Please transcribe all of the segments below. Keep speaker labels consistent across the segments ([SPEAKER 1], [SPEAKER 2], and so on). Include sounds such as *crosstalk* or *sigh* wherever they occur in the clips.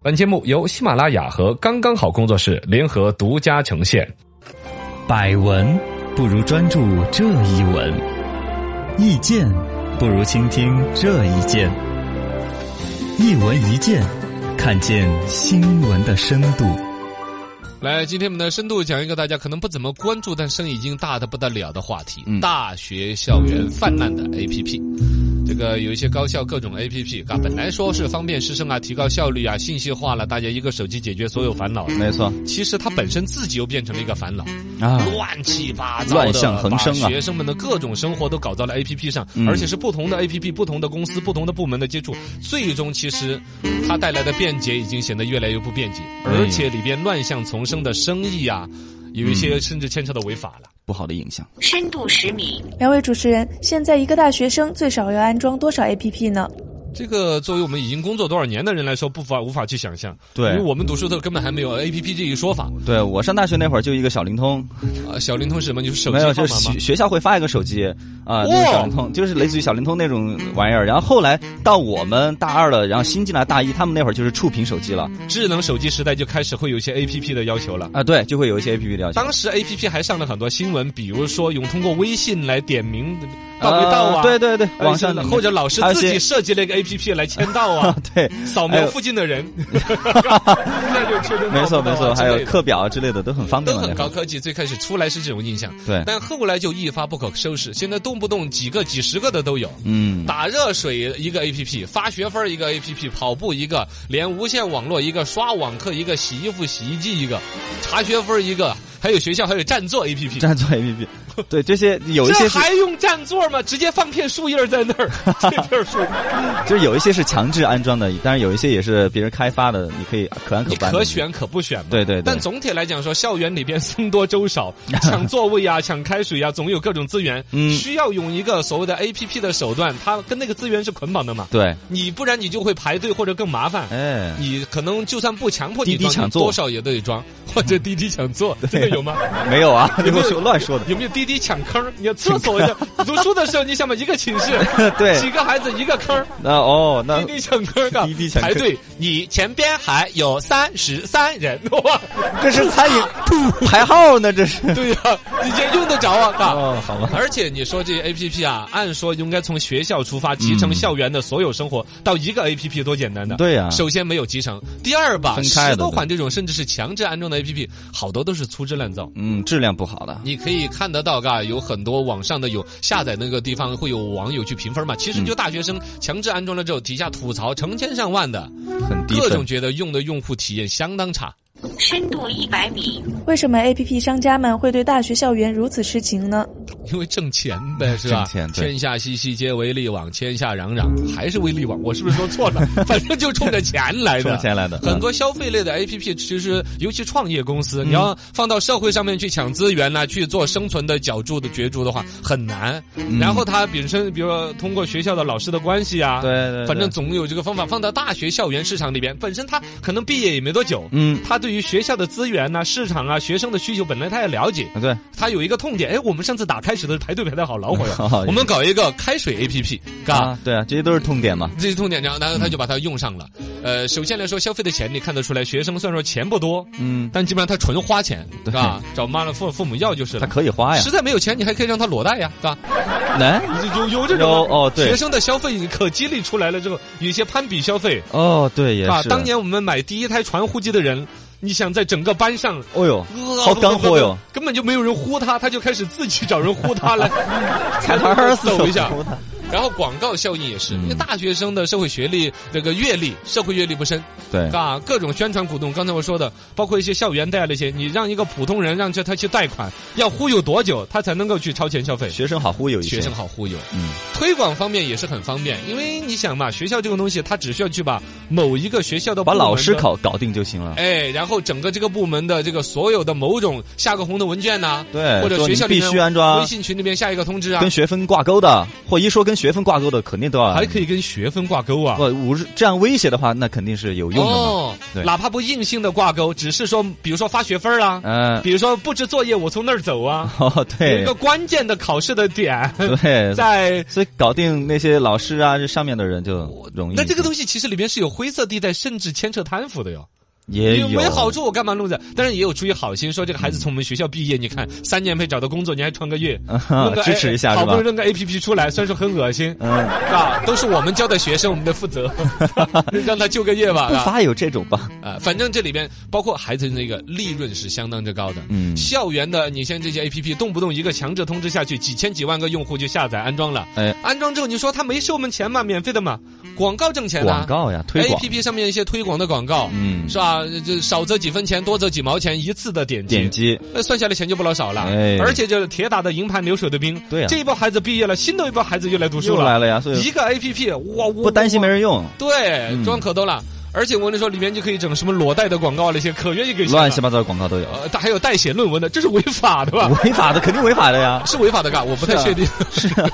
[SPEAKER 1] 本节目由喜马拉雅和刚刚好工作室联合独家呈现。
[SPEAKER 2] 百闻不如专注这一闻，意见不如倾听这一见。一闻一见，看见新闻的深度。
[SPEAKER 1] 来，今天我们的深度讲一个大家可能不怎么关注，但声已经大的不得了的话题：
[SPEAKER 2] 嗯
[SPEAKER 1] 大学校园泛滥的 APP。这个有一些高校各种 APP，啊，本来说是方便师生啊，提高效率啊，信息化了，大家一个手机解决所有烦恼。
[SPEAKER 2] 没错
[SPEAKER 1] 其实它本身自己又变成了一个烦恼，
[SPEAKER 2] 啊，
[SPEAKER 1] 乱七八糟的，
[SPEAKER 2] 乱象横生啊
[SPEAKER 1] 把学生们的各种生活都搞到了 APP 上，
[SPEAKER 2] 嗯
[SPEAKER 1] 而且是不同的 APP、不同的公司、不同的部门的接触，最终其实它带来的便捷已经显得越来越不便捷，
[SPEAKER 2] 嗯
[SPEAKER 1] 而且里边乱象丛生的生意啊，有一些甚至牵扯到违法了。
[SPEAKER 2] 不好的影响。
[SPEAKER 3] 深度十米，
[SPEAKER 4] 两位主持人，现在一个大学生最少要安装多少 APP 呢？
[SPEAKER 1] 这个作为我们已经工作多少年的人来说，不法无法去想象，
[SPEAKER 2] 对
[SPEAKER 1] 因为我们读书的时候根本还没有 A P P 这一说法
[SPEAKER 2] 对我上大学那会儿就一个小灵通，
[SPEAKER 1] 啊、小灵通是什么？就是手机
[SPEAKER 2] 没
[SPEAKER 1] 号码
[SPEAKER 2] 有，就是
[SPEAKER 1] 吗
[SPEAKER 2] 学？学校会发一个手机啊，那个小灵通，就是类似于小灵通那种玩意儿。然后后来到我们大二了，然后新进来大一，他们那会儿就是触屏手机了
[SPEAKER 1] 智能手机时代就开始会有一些 A P P 的要求了。
[SPEAKER 2] 啊，对，就会有一些 A P P 了解。
[SPEAKER 1] 当时 A P P 还上了很多新闻，比如说用通过微信来点名到没到啊，
[SPEAKER 2] 呃对对对，
[SPEAKER 1] 还有
[SPEAKER 2] 网
[SPEAKER 1] 一些
[SPEAKER 2] 上
[SPEAKER 1] 或者老师
[SPEAKER 2] 还有一
[SPEAKER 1] 自
[SPEAKER 2] 些
[SPEAKER 1] 己设计了一个 A P P 来签到
[SPEAKER 2] *laughs*
[SPEAKER 1] 啊，
[SPEAKER 2] 对，
[SPEAKER 1] 扫
[SPEAKER 2] 还
[SPEAKER 1] 描
[SPEAKER 2] 有
[SPEAKER 1] 附近的
[SPEAKER 2] *laughs*
[SPEAKER 1] 人，那就确定到
[SPEAKER 2] 没错
[SPEAKER 1] 不到
[SPEAKER 2] 没
[SPEAKER 1] 啊 *laughs*
[SPEAKER 2] 错，
[SPEAKER 1] 之
[SPEAKER 2] 还有
[SPEAKER 1] 类的
[SPEAKER 2] 课表啊之类的都很方便
[SPEAKER 1] 都
[SPEAKER 2] 了
[SPEAKER 1] 很
[SPEAKER 2] 那会
[SPEAKER 1] 高
[SPEAKER 2] 儿。
[SPEAKER 1] 科技，最开始出来是这种印象，
[SPEAKER 2] 对，
[SPEAKER 1] 但后来就一发不可收拾，现在动不动几个、几十个的都有。
[SPEAKER 2] 嗯，
[SPEAKER 1] 打热水一个 A P P，发学分一个 A P P，跑步一个，连无线网络一个，刷网课一个，洗衣服洗衣机一个，查学分一个，还有学校还有占座 A P P，
[SPEAKER 2] 占座
[SPEAKER 1] *laughs*
[SPEAKER 2] A P P，对这些有一些
[SPEAKER 1] 这
[SPEAKER 2] 是，
[SPEAKER 1] 还用占座吗？直接放片树叶在
[SPEAKER 2] *laughs*
[SPEAKER 1] 那儿，这片树，
[SPEAKER 2] 就是有一些是强制安装的，当然有一些也是别人开发的，你可以可安可
[SPEAKER 1] 你
[SPEAKER 2] 搬。
[SPEAKER 1] 可选可不选嘛。
[SPEAKER 2] 对对对
[SPEAKER 1] 但总体来讲说，校园里边僧多粥
[SPEAKER 2] *laughs*
[SPEAKER 1] 少，抢座位啊，抢开水啊，总有各种资源，
[SPEAKER 2] 嗯
[SPEAKER 1] 需要用一个所谓的 A P P 的手段，它跟那个资源是捆绑的嘛。
[SPEAKER 2] 对，
[SPEAKER 1] 你不然你就会排队或者更麻烦。
[SPEAKER 2] 哎，
[SPEAKER 1] 你可能就算不强迫你
[SPEAKER 2] 滴滴
[SPEAKER 1] 装，
[SPEAKER 2] 抢
[SPEAKER 1] 你
[SPEAKER 2] 座
[SPEAKER 1] 多少也得装， *laughs* 或者滴滴抢座，真的有吗？
[SPEAKER 2] 没有啊，
[SPEAKER 1] 有没有
[SPEAKER 2] 我说乱说的。，
[SPEAKER 1] 有没有滴滴抢坑儿？你要厕所一样，读书的时候你想嘛，一个寝室
[SPEAKER 2] *laughs* 对
[SPEAKER 1] 几个孩子一个坑儿，
[SPEAKER 2] 那哦，那
[SPEAKER 1] 滴滴抢坑儿啊，
[SPEAKER 2] 滴滴抢坑
[SPEAKER 1] 排队，你前边还有三十三人， *laughs* 哇，
[SPEAKER 2] 这是餐饮排号呢，这是。
[SPEAKER 1] 对呀、你这用得着啊，嘎。
[SPEAKER 2] 哦，好吧。
[SPEAKER 1] 而且你说这 A P P 啊，按说应该从学校出发，集
[SPEAKER 2] 嗯
[SPEAKER 1] 成校园的所有生活，到一个 A P P 多简单的。
[SPEAKER 2] 对呀
[SPEAKER 1] 首先没有集成，第二吧，
[SPEAKER 2] 啊分开的
[SPEAKER 1] 十多款这种甚至是强制安装的 A P P，好多都是粗制滥造。
[SPEAKER 2] 嗯，质量不好的。
[SPEAKER 1] 你可以看得到，嘎，有很多网上的有下载那个地方会有网友去评
[SPEAKER 2] 嗯
[SPEAKER 1] 分嘛。其实就大学生强制安装了之后，底下吐槽成千上万的，
[SPEAKER 2] 很低
[SPEAKER 1] 各
[SPEAKER 2] 分
[SPEAKER 1] 种。觉得用的用户体验相当差。
[SPEAKER 3] 深度一百米，
[SPEAKER 4] 为什么 APP 商家们会对大学校园如此痴情呢？
[SPEAKER 1] 因为挣钱
[SPEAKER 2] *laughs*
[SPEAKER 1] 呗，是吧？
[SPEAKER 2] 挣钱对
[SPEAKER 1] 天下熙熙皆为利往，天下攘攘还是为利往。我是不是说错
[SPEAKER 2] *laughs*
[SPEAKER 1] 了？反正就冲着钱来的，啊
[SPEAKER 2] 冲钱来的
[SPEAKER 1] 很多消费类的 APP，其实尤其创业公
[SPEAKER 2] 嗯
[SPEAKER 1] 司，你要放到社会上面去抢资源呐、去做生存的角逐的角逐的话，很难。
[SPEAKER 2] 嗯
[SPEAKER 1] 然后它本身，比如说通过学校的老师的关系啊，
[SPEAKER 2] 嗯对对对
[SPEAKER 1] 反正总有这个方法放到大学校园市场里边。本身它可能毕业也没多久，
[SPEAKER 2] 嗯，
[SPEAKER 1] 它对于学校的资源呐、市场啊、学生的需求，本来它也了解，
[SPEAKER 2] 啊对，
[SPEAKER 1] 它有一个痛点，哎，我们上次打开水的时候排队排的好恼火
[SPEAKER 2] *laughs* 好
[SPEAKER 1] 呀，我们搞一个开水 APP，嘎。
[SPEAKER 2] 哦啊，对啊，这些都是痛点嘛。
[SPEAKER 1] 这些痛点，然后然后他就把它用上了。呃，首先来说，消费的钱你看得出来，学生虽然说钱不多，
[SPEAKER 2] 嗯，
[SPEAKER 1] 但基本上他纯花钱，是
[SPEAKER 2] 对
[SPEAKER 1] 吧？找妈的父父母要就是
[SPEAKER 2] 它
[SPEAKER 1] 了。
[SPEAKER 2] 可以花呀
[SPEAKER 1] 实。在没有钱，你还可以让他裸贷呀，是吧？
[SPEAKER 2] 来，
[SPEAKER 1] 有有这
[SPEAKER 2] 有
[SPEAKER 1] 种
[SPEAKER 2] 哦对
[SPEAKER 1] 学生的消费可激励出来了之后，有一些攀比消费
[SPEAKER 2] 哦，对，也
[SPEAKER 1] 啊。
[SPEAKER 2] 是。
[SPEAKER 1] 当，年我们买第一台传呼机的人，你想在整个班上
[SPEAKER 2] 哦
[SPEAKER 1] *laughs*
[SPEAKER 2] 呦，
[SPEAKER 1] 呃
[SPEAKER 2] 好干货哟，
[SPEAKER 1] 根本就没有人呼他，他就开始自己找人呼他了，
[SPEAKER 2] *laughs* 踩盘
[SPEAKER 1] *laughs*
[SPEAKER 2] 儿死
[SPEAKER 1] 走一下。
[SPEAKER 2] 的。
[SPEAKER 1] 然后广告效应也是，
[SPEAKER 2] 嗯
[SPEAKER 1] 因为大学生的社会学历、这个阅历、社会阅历不深，*laughs*
[SPEAKER 2] 对，
[SPEAKER 1] 啊，各种宣传鼓动。刚才我说的，包括一些校园贷那些，你让一个普通人让这他去贷款，要忽悠多久他才能够去超前消费？
[SPEAKER 2] 学生好忽悠一些。
[SPEAKER 1] 学生好忽悠，
[SPEAKER 2] 嗯，
[SPEAKER 1] 推广方面也是很方便，因为你想嘛，学校这个东西，他只需要去把某一个学校的
[SPEAKER 2] 把
[SPEAKER 1] 部门
[SPEAKER 2] 老师
[SPEAKER 1] 的
[SPEAKER 2] 考搞定就行了。
[SPEAKER 1] 哎，然后整个这个部门的这个所有的某种下个红的文件呐、
[SPEAKER 2] 对
[SPEAKER 1] 或者
[SPEAKER 2] 说
[SPEAKER 1] 学
[SPEAKER 2] 你
[SPEAKER 1] 校里
[SPEAKER 2] 必
[SPEAKER 1] 面
[SPEAKER 2] 须安装
[SPEAKER 1] 微信群里面下一个通知啊
[SPEAKER 2] 跟，学分挂钩的，或一说跟学分挂钩的肯定都要
[SPEAKER 1] 还可以跟学分挂钩啊
[SPEAKER 2] 不。无这样威胁的话，那肯定是有用的嘛。
[SPEAKER 1] 哦
[SPEAKER 2] 对，
[SPEAKER 1] 哪怕不硬性的挂钩，只是说，比如说发学分儿啊，
[SPEAKER 2] 嗯，
[SPEAKER 1] 比如说布置作业，我从那儿走啊，
[SPEAKER 2] *laughs* 哦
[SPEAKER 1] 有一
[SPEAKER 2] 对
[SPEAKER 1] 个关键的考试的点
[SPEAKER 2] 对，
[SPEAKER 1] 在。
[SPEAKER 2] 所以搞定那些老师啊，这上面的人就容易。
[SPEAKER 1] 那这个东西其实里面是有灰色地带，甚至牵扯贪腐的哟。
[SPEAKER 2] 也有
[SPEAKER 1] 没好处，我干嘛弄着？当然也有出于好心，说这个孩子从我们学校毕业，你看三年没找到工作，你还创个业，
[SPEAKER 2] 啊哈
[SPEAKER 1] 弄个
[SPEAKER 2] 支持一下
[SPEAKER 1] 哎
[SPEAKER 2] 是
[SPEAKER 1] 好不
[SPEAKER 2] 吧
[SPEAKER 1] 容易？弄个 A P P 出来，虽然说很恶心，
[SPEAKER 2] 嗯，
[SPEAKER 1] 啊，都是我们教的学生，我们的负责，
[SPEAKER 2] *laughs*
[SPEAKER 1] 让他就个业吧，
[SPEAKER 2] 不
[SPEAKER 1] 啊，
[SPEAKER 2] 乏有这种吧？
[SPEAKER 1] 啊，反正这里边包括孩子那个利润是相当之高的。
[SPEAKER 2] 嗯
[SPEAKER 1] 校园的你像这些 A P P，动不动一个强制通知下去，几千几万个用户就下载安装了。
[SPEAKER 2] 哎
[SPEAKER 1] 安装之后你说他没收我们钱嘛，免费的嘛，广告挣钱
[SPEAKER 2] 嗯广
[SPEAKER 1] 啊。
[SPEAKER 2] 告呀，推
[SPEAKER 1] A
[SPEAKER 2] 广
[SPEAKER 1] P，P 上面一些推广的广告，
[SPEAKER 2] 嗯，
[SPEAKER 1] 是吧？就少则几分钱，多则几毛钱一次的点击。
[SPEAKER 2] 点击
[SPEAKER 1] 那算下来钱就不老少了，
[SPEAKER 2] 哎
[SPEAKER 1] 而且就是铁打的营盘流水的兵。
[SPEAKER 2] 对啊
[SPEAKER 1] 这一波孩子毕业了，新的一波孩子又来读书
[SPEAKER 2] 又来了呀，所以
[SPEAKER 1] 一个 A P P，哇，我
[SPEAKER 2] 不担心没人用，嗯
[SPEAKER 1] 对，装可多了。而且我跟你说，里面就可以整什么裸贷的广告那些，可愿意给钱了
[SPEAKER 2] 乱七八糟的广告都有，
[SPEAKER 1] 呃，它还有代写论文的，这是违法
[SPEAKER 2] *laughs*
[SPEAKER 1] 的吧？
[SPEAKER 2] 违法的肯定违法的呀。
[SPEAKER 1] 是违法的嘎，我不太
[SPEAKER 2] *laughs* 是啊
[SPEAKER 1] 确定。是啊，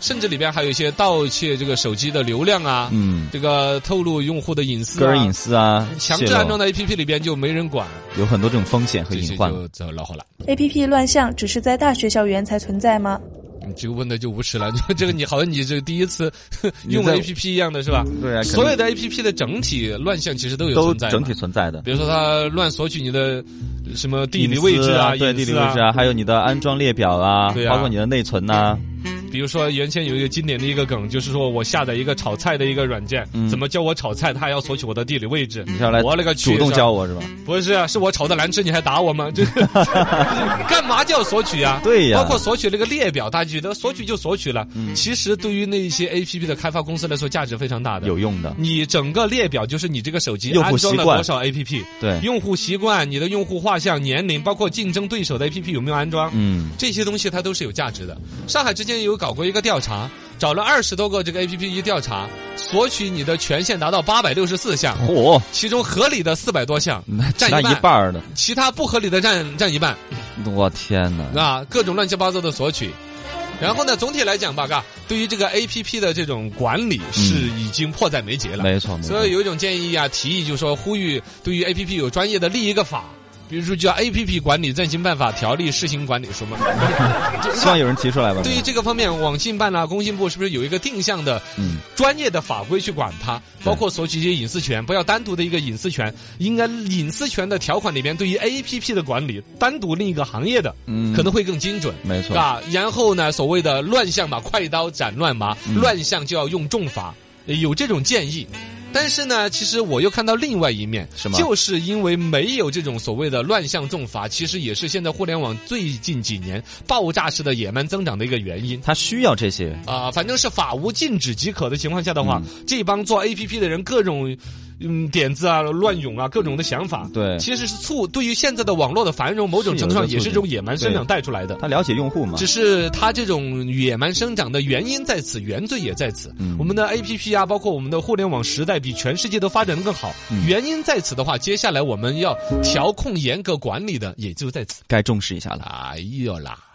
[SPEAKER 1] 甚至里边还有一些盗窃这个手机的流量啊，
[SPEAKER 2] 嗯，
[SPEAKER 1] 这个透露用户的隐私、啊，
[SPEAKER 2] 个人隐私啊，
[SPEAKER 1] 强制
[SPEAKER 2] 泄露
[SPEAKER 1] 安装在 APP 里边就没人管，
[SPEAKER 2] 有很多这种风险和
[SPEAKER 1] 这些
[SPEAKER 2] 隐患。
[SPEAKER 1] 就走恼火了。
[SPEAKER 4] APP 乱象只是在大学校园才存在吗？
[SPEAKER 1] 你这个问的就无耻了， *laughs* 这个你好像你这个第一次呵
[SPEAKER 2] 你
[SPEAKER 1] 用
[SPEAKER 2] 在
[SPEAKER 1] A P P 一样的是吧？
[SPEAKER 2] 对啊，
[SPEAKER 1] 所有的 A P P 的整体乱象其实都有
[SPEAKER 2] 都
[SPEAKER 1] 存在嘛，
[SPEAKER 2] 整体存在的。
[SPEAKER 1] 比如说他乱索取你的什么地理位置啊、
[SPEAKER 2] 隐私对
[SPEAKER 1] 隐
[SPEAKER 2] 地理
[SPEAKER 1] 私
[SPEAKER 2] 位置啊，还有你的安装列表啊，
[SPEAKER 1] 对啊
[SPEAKER 2] 包括你的内存呐，
[SPEAKER 1] 比如说原先有一个经典的一个梗，就是说我下载一个炒菜的一个软件，
[SPEAKER 2] 嗯
[SPEAKER 1] 怎么教我炒菜，他还要索取我的地理位置。
[SPEAKER 2] 你是要来
[SPEAKER 1] 我勒个去
[SPEAKER 2] 主动
[SPEAKER 1] 是吧
[SPEAKER 2] 教我是吧？
[SPEAKER 1] 不是啊，是我炒的难吃，你还打我吗？这 *laughs* 干嘛叫索取啊？
[SPEAKER 2] *laughs* 对呀
[SPEAKER 1] 包括索取那个列表，大家觉得索取就索取了。
[SPEAKER 2] 嗯
[SPEAKER 1] 其实对于那些 A P P 的开发公司来说，价值非常大的。
[SPEAKER 2] 有用的，
[SPEAKER 1] 你整个列表就是你这个手机
[SPEAKER 2] 用户
[SPEAKER 1] 安装
[SPEAKER 2] 习
[SPEAKER 1] 了
[SPEAKER 2] 惯
[SPEAKER 1] 多少 APP，
[SPEAKER 2] 对，
[SPEAKER 1] 用户习惯、你的用户画像、年龄，包括竞争对手的 APP 有没有安装，
[SPEAKER 2] 嗯，
[SPEAKER 1] 这些东西它都是有价值的。上海之前有搞过一个调查，找了二十多个这个 APP 一调查，索取你的权限达到八百六十四项，
[SPEAKER 2] 嚯，
[SPEAKER 1] 其中合理的四百多项
[SPEAKER 2] 那，
[SPEAKER 1] 嗯占
[SPEAKER 2] 占一半，儿的，
[SPEAKER 1] 其他不合理的占占一半。
[SPEAKER 2] 我天哪！
[SPEAKER 1] 啊，各种乱七八糟的索取。然后呢，总体来讲吧，嘎，对于这个 A P P 的这种管理是
[SPEAKER 2] 嗯
[SPEAKER 1] 已经迫在眉睫了。
[SPEAKER 2] 没错，没错
[SPEAKER 1] 所以，有一种建议啊，提议就是说，呼吁对于 A P P 有专业的立一个法，比如说叫《A P P 管理暂行办法条例试行管理书》嘛。
[SPEAKER 2] 希望有人提出来吧。
[SPEAKER 1] 对于这个方面，网信办啊、工信部是不是有一个定向的
[SPEAKER 2] 嗯，
[SPEAKER 1] 专业的法规去管它？包括索取一些隐私权，不要单独的一个隐私权，应该隐私权的条款里面对于 A P P 的管理，单独另一个行业的，
[SPEAKER 2] 嗯
[SPEAKER 1] 可能会更精准。
[SPEAKER 2] 没错，
[SPEAKER 1] 啊，然后呢，所谓的乱象嘛，快刀斩乱麻，
[SPEAKER 2] 嗯
[SPEAKER 1] 乱象就要用重罚，有这种建议。但是呢，其实我又看到另外一面，
[SPEAKER 2] 是吗
[SPEAKER 1] 就是因为没有这种所谓的乱象重罚，其实也是现在互联网最近几年爆炸式的野蛮增长的一个原因。
[SPEAKER 2] 他需要这些，
[SPEAKER 1] 啊、反正是法无禁止即可的情况下的话，
[SPEAKER 2] 嗯
[SPEAKER 1] 这帮做 A P P 的人各种嗯点子啊、乱涌啊、各种的想法，
[SPEAKER 2] 对
[SPEAKER 1] 其实是促对于现在的网络的繁荣，某种
[SPEAKER 2] 是有
[SPEAKER 1] 程度上
[SPEAKER 2] 一个
[SPEAKER 1] 也是
[SPEAKER 2] 促
[SPEAKER 1] 这
[SPEAKER 2] 进
[SPEAKER 1] 种野蛮生长带出来的。
[SPEAKER 2] 他了解用户嘛
[SPEAKER 1] 只？是它这种野蛮生长的原因在此，原罪也在此。
[SPEAKER 2] 嗯
[SPEAKER 1] 我们的 A P P 啊，包括我们的互联网时代，比全世界都发展的更好。
[SPEAKER 2] 嗯
[SPEAKER 1] 原因在此的话，接下来我们要调控、严格管理的也就在此。
[SPEAKER 2] 该重视一下了。
[SPEAKER 1] 哎呦啦！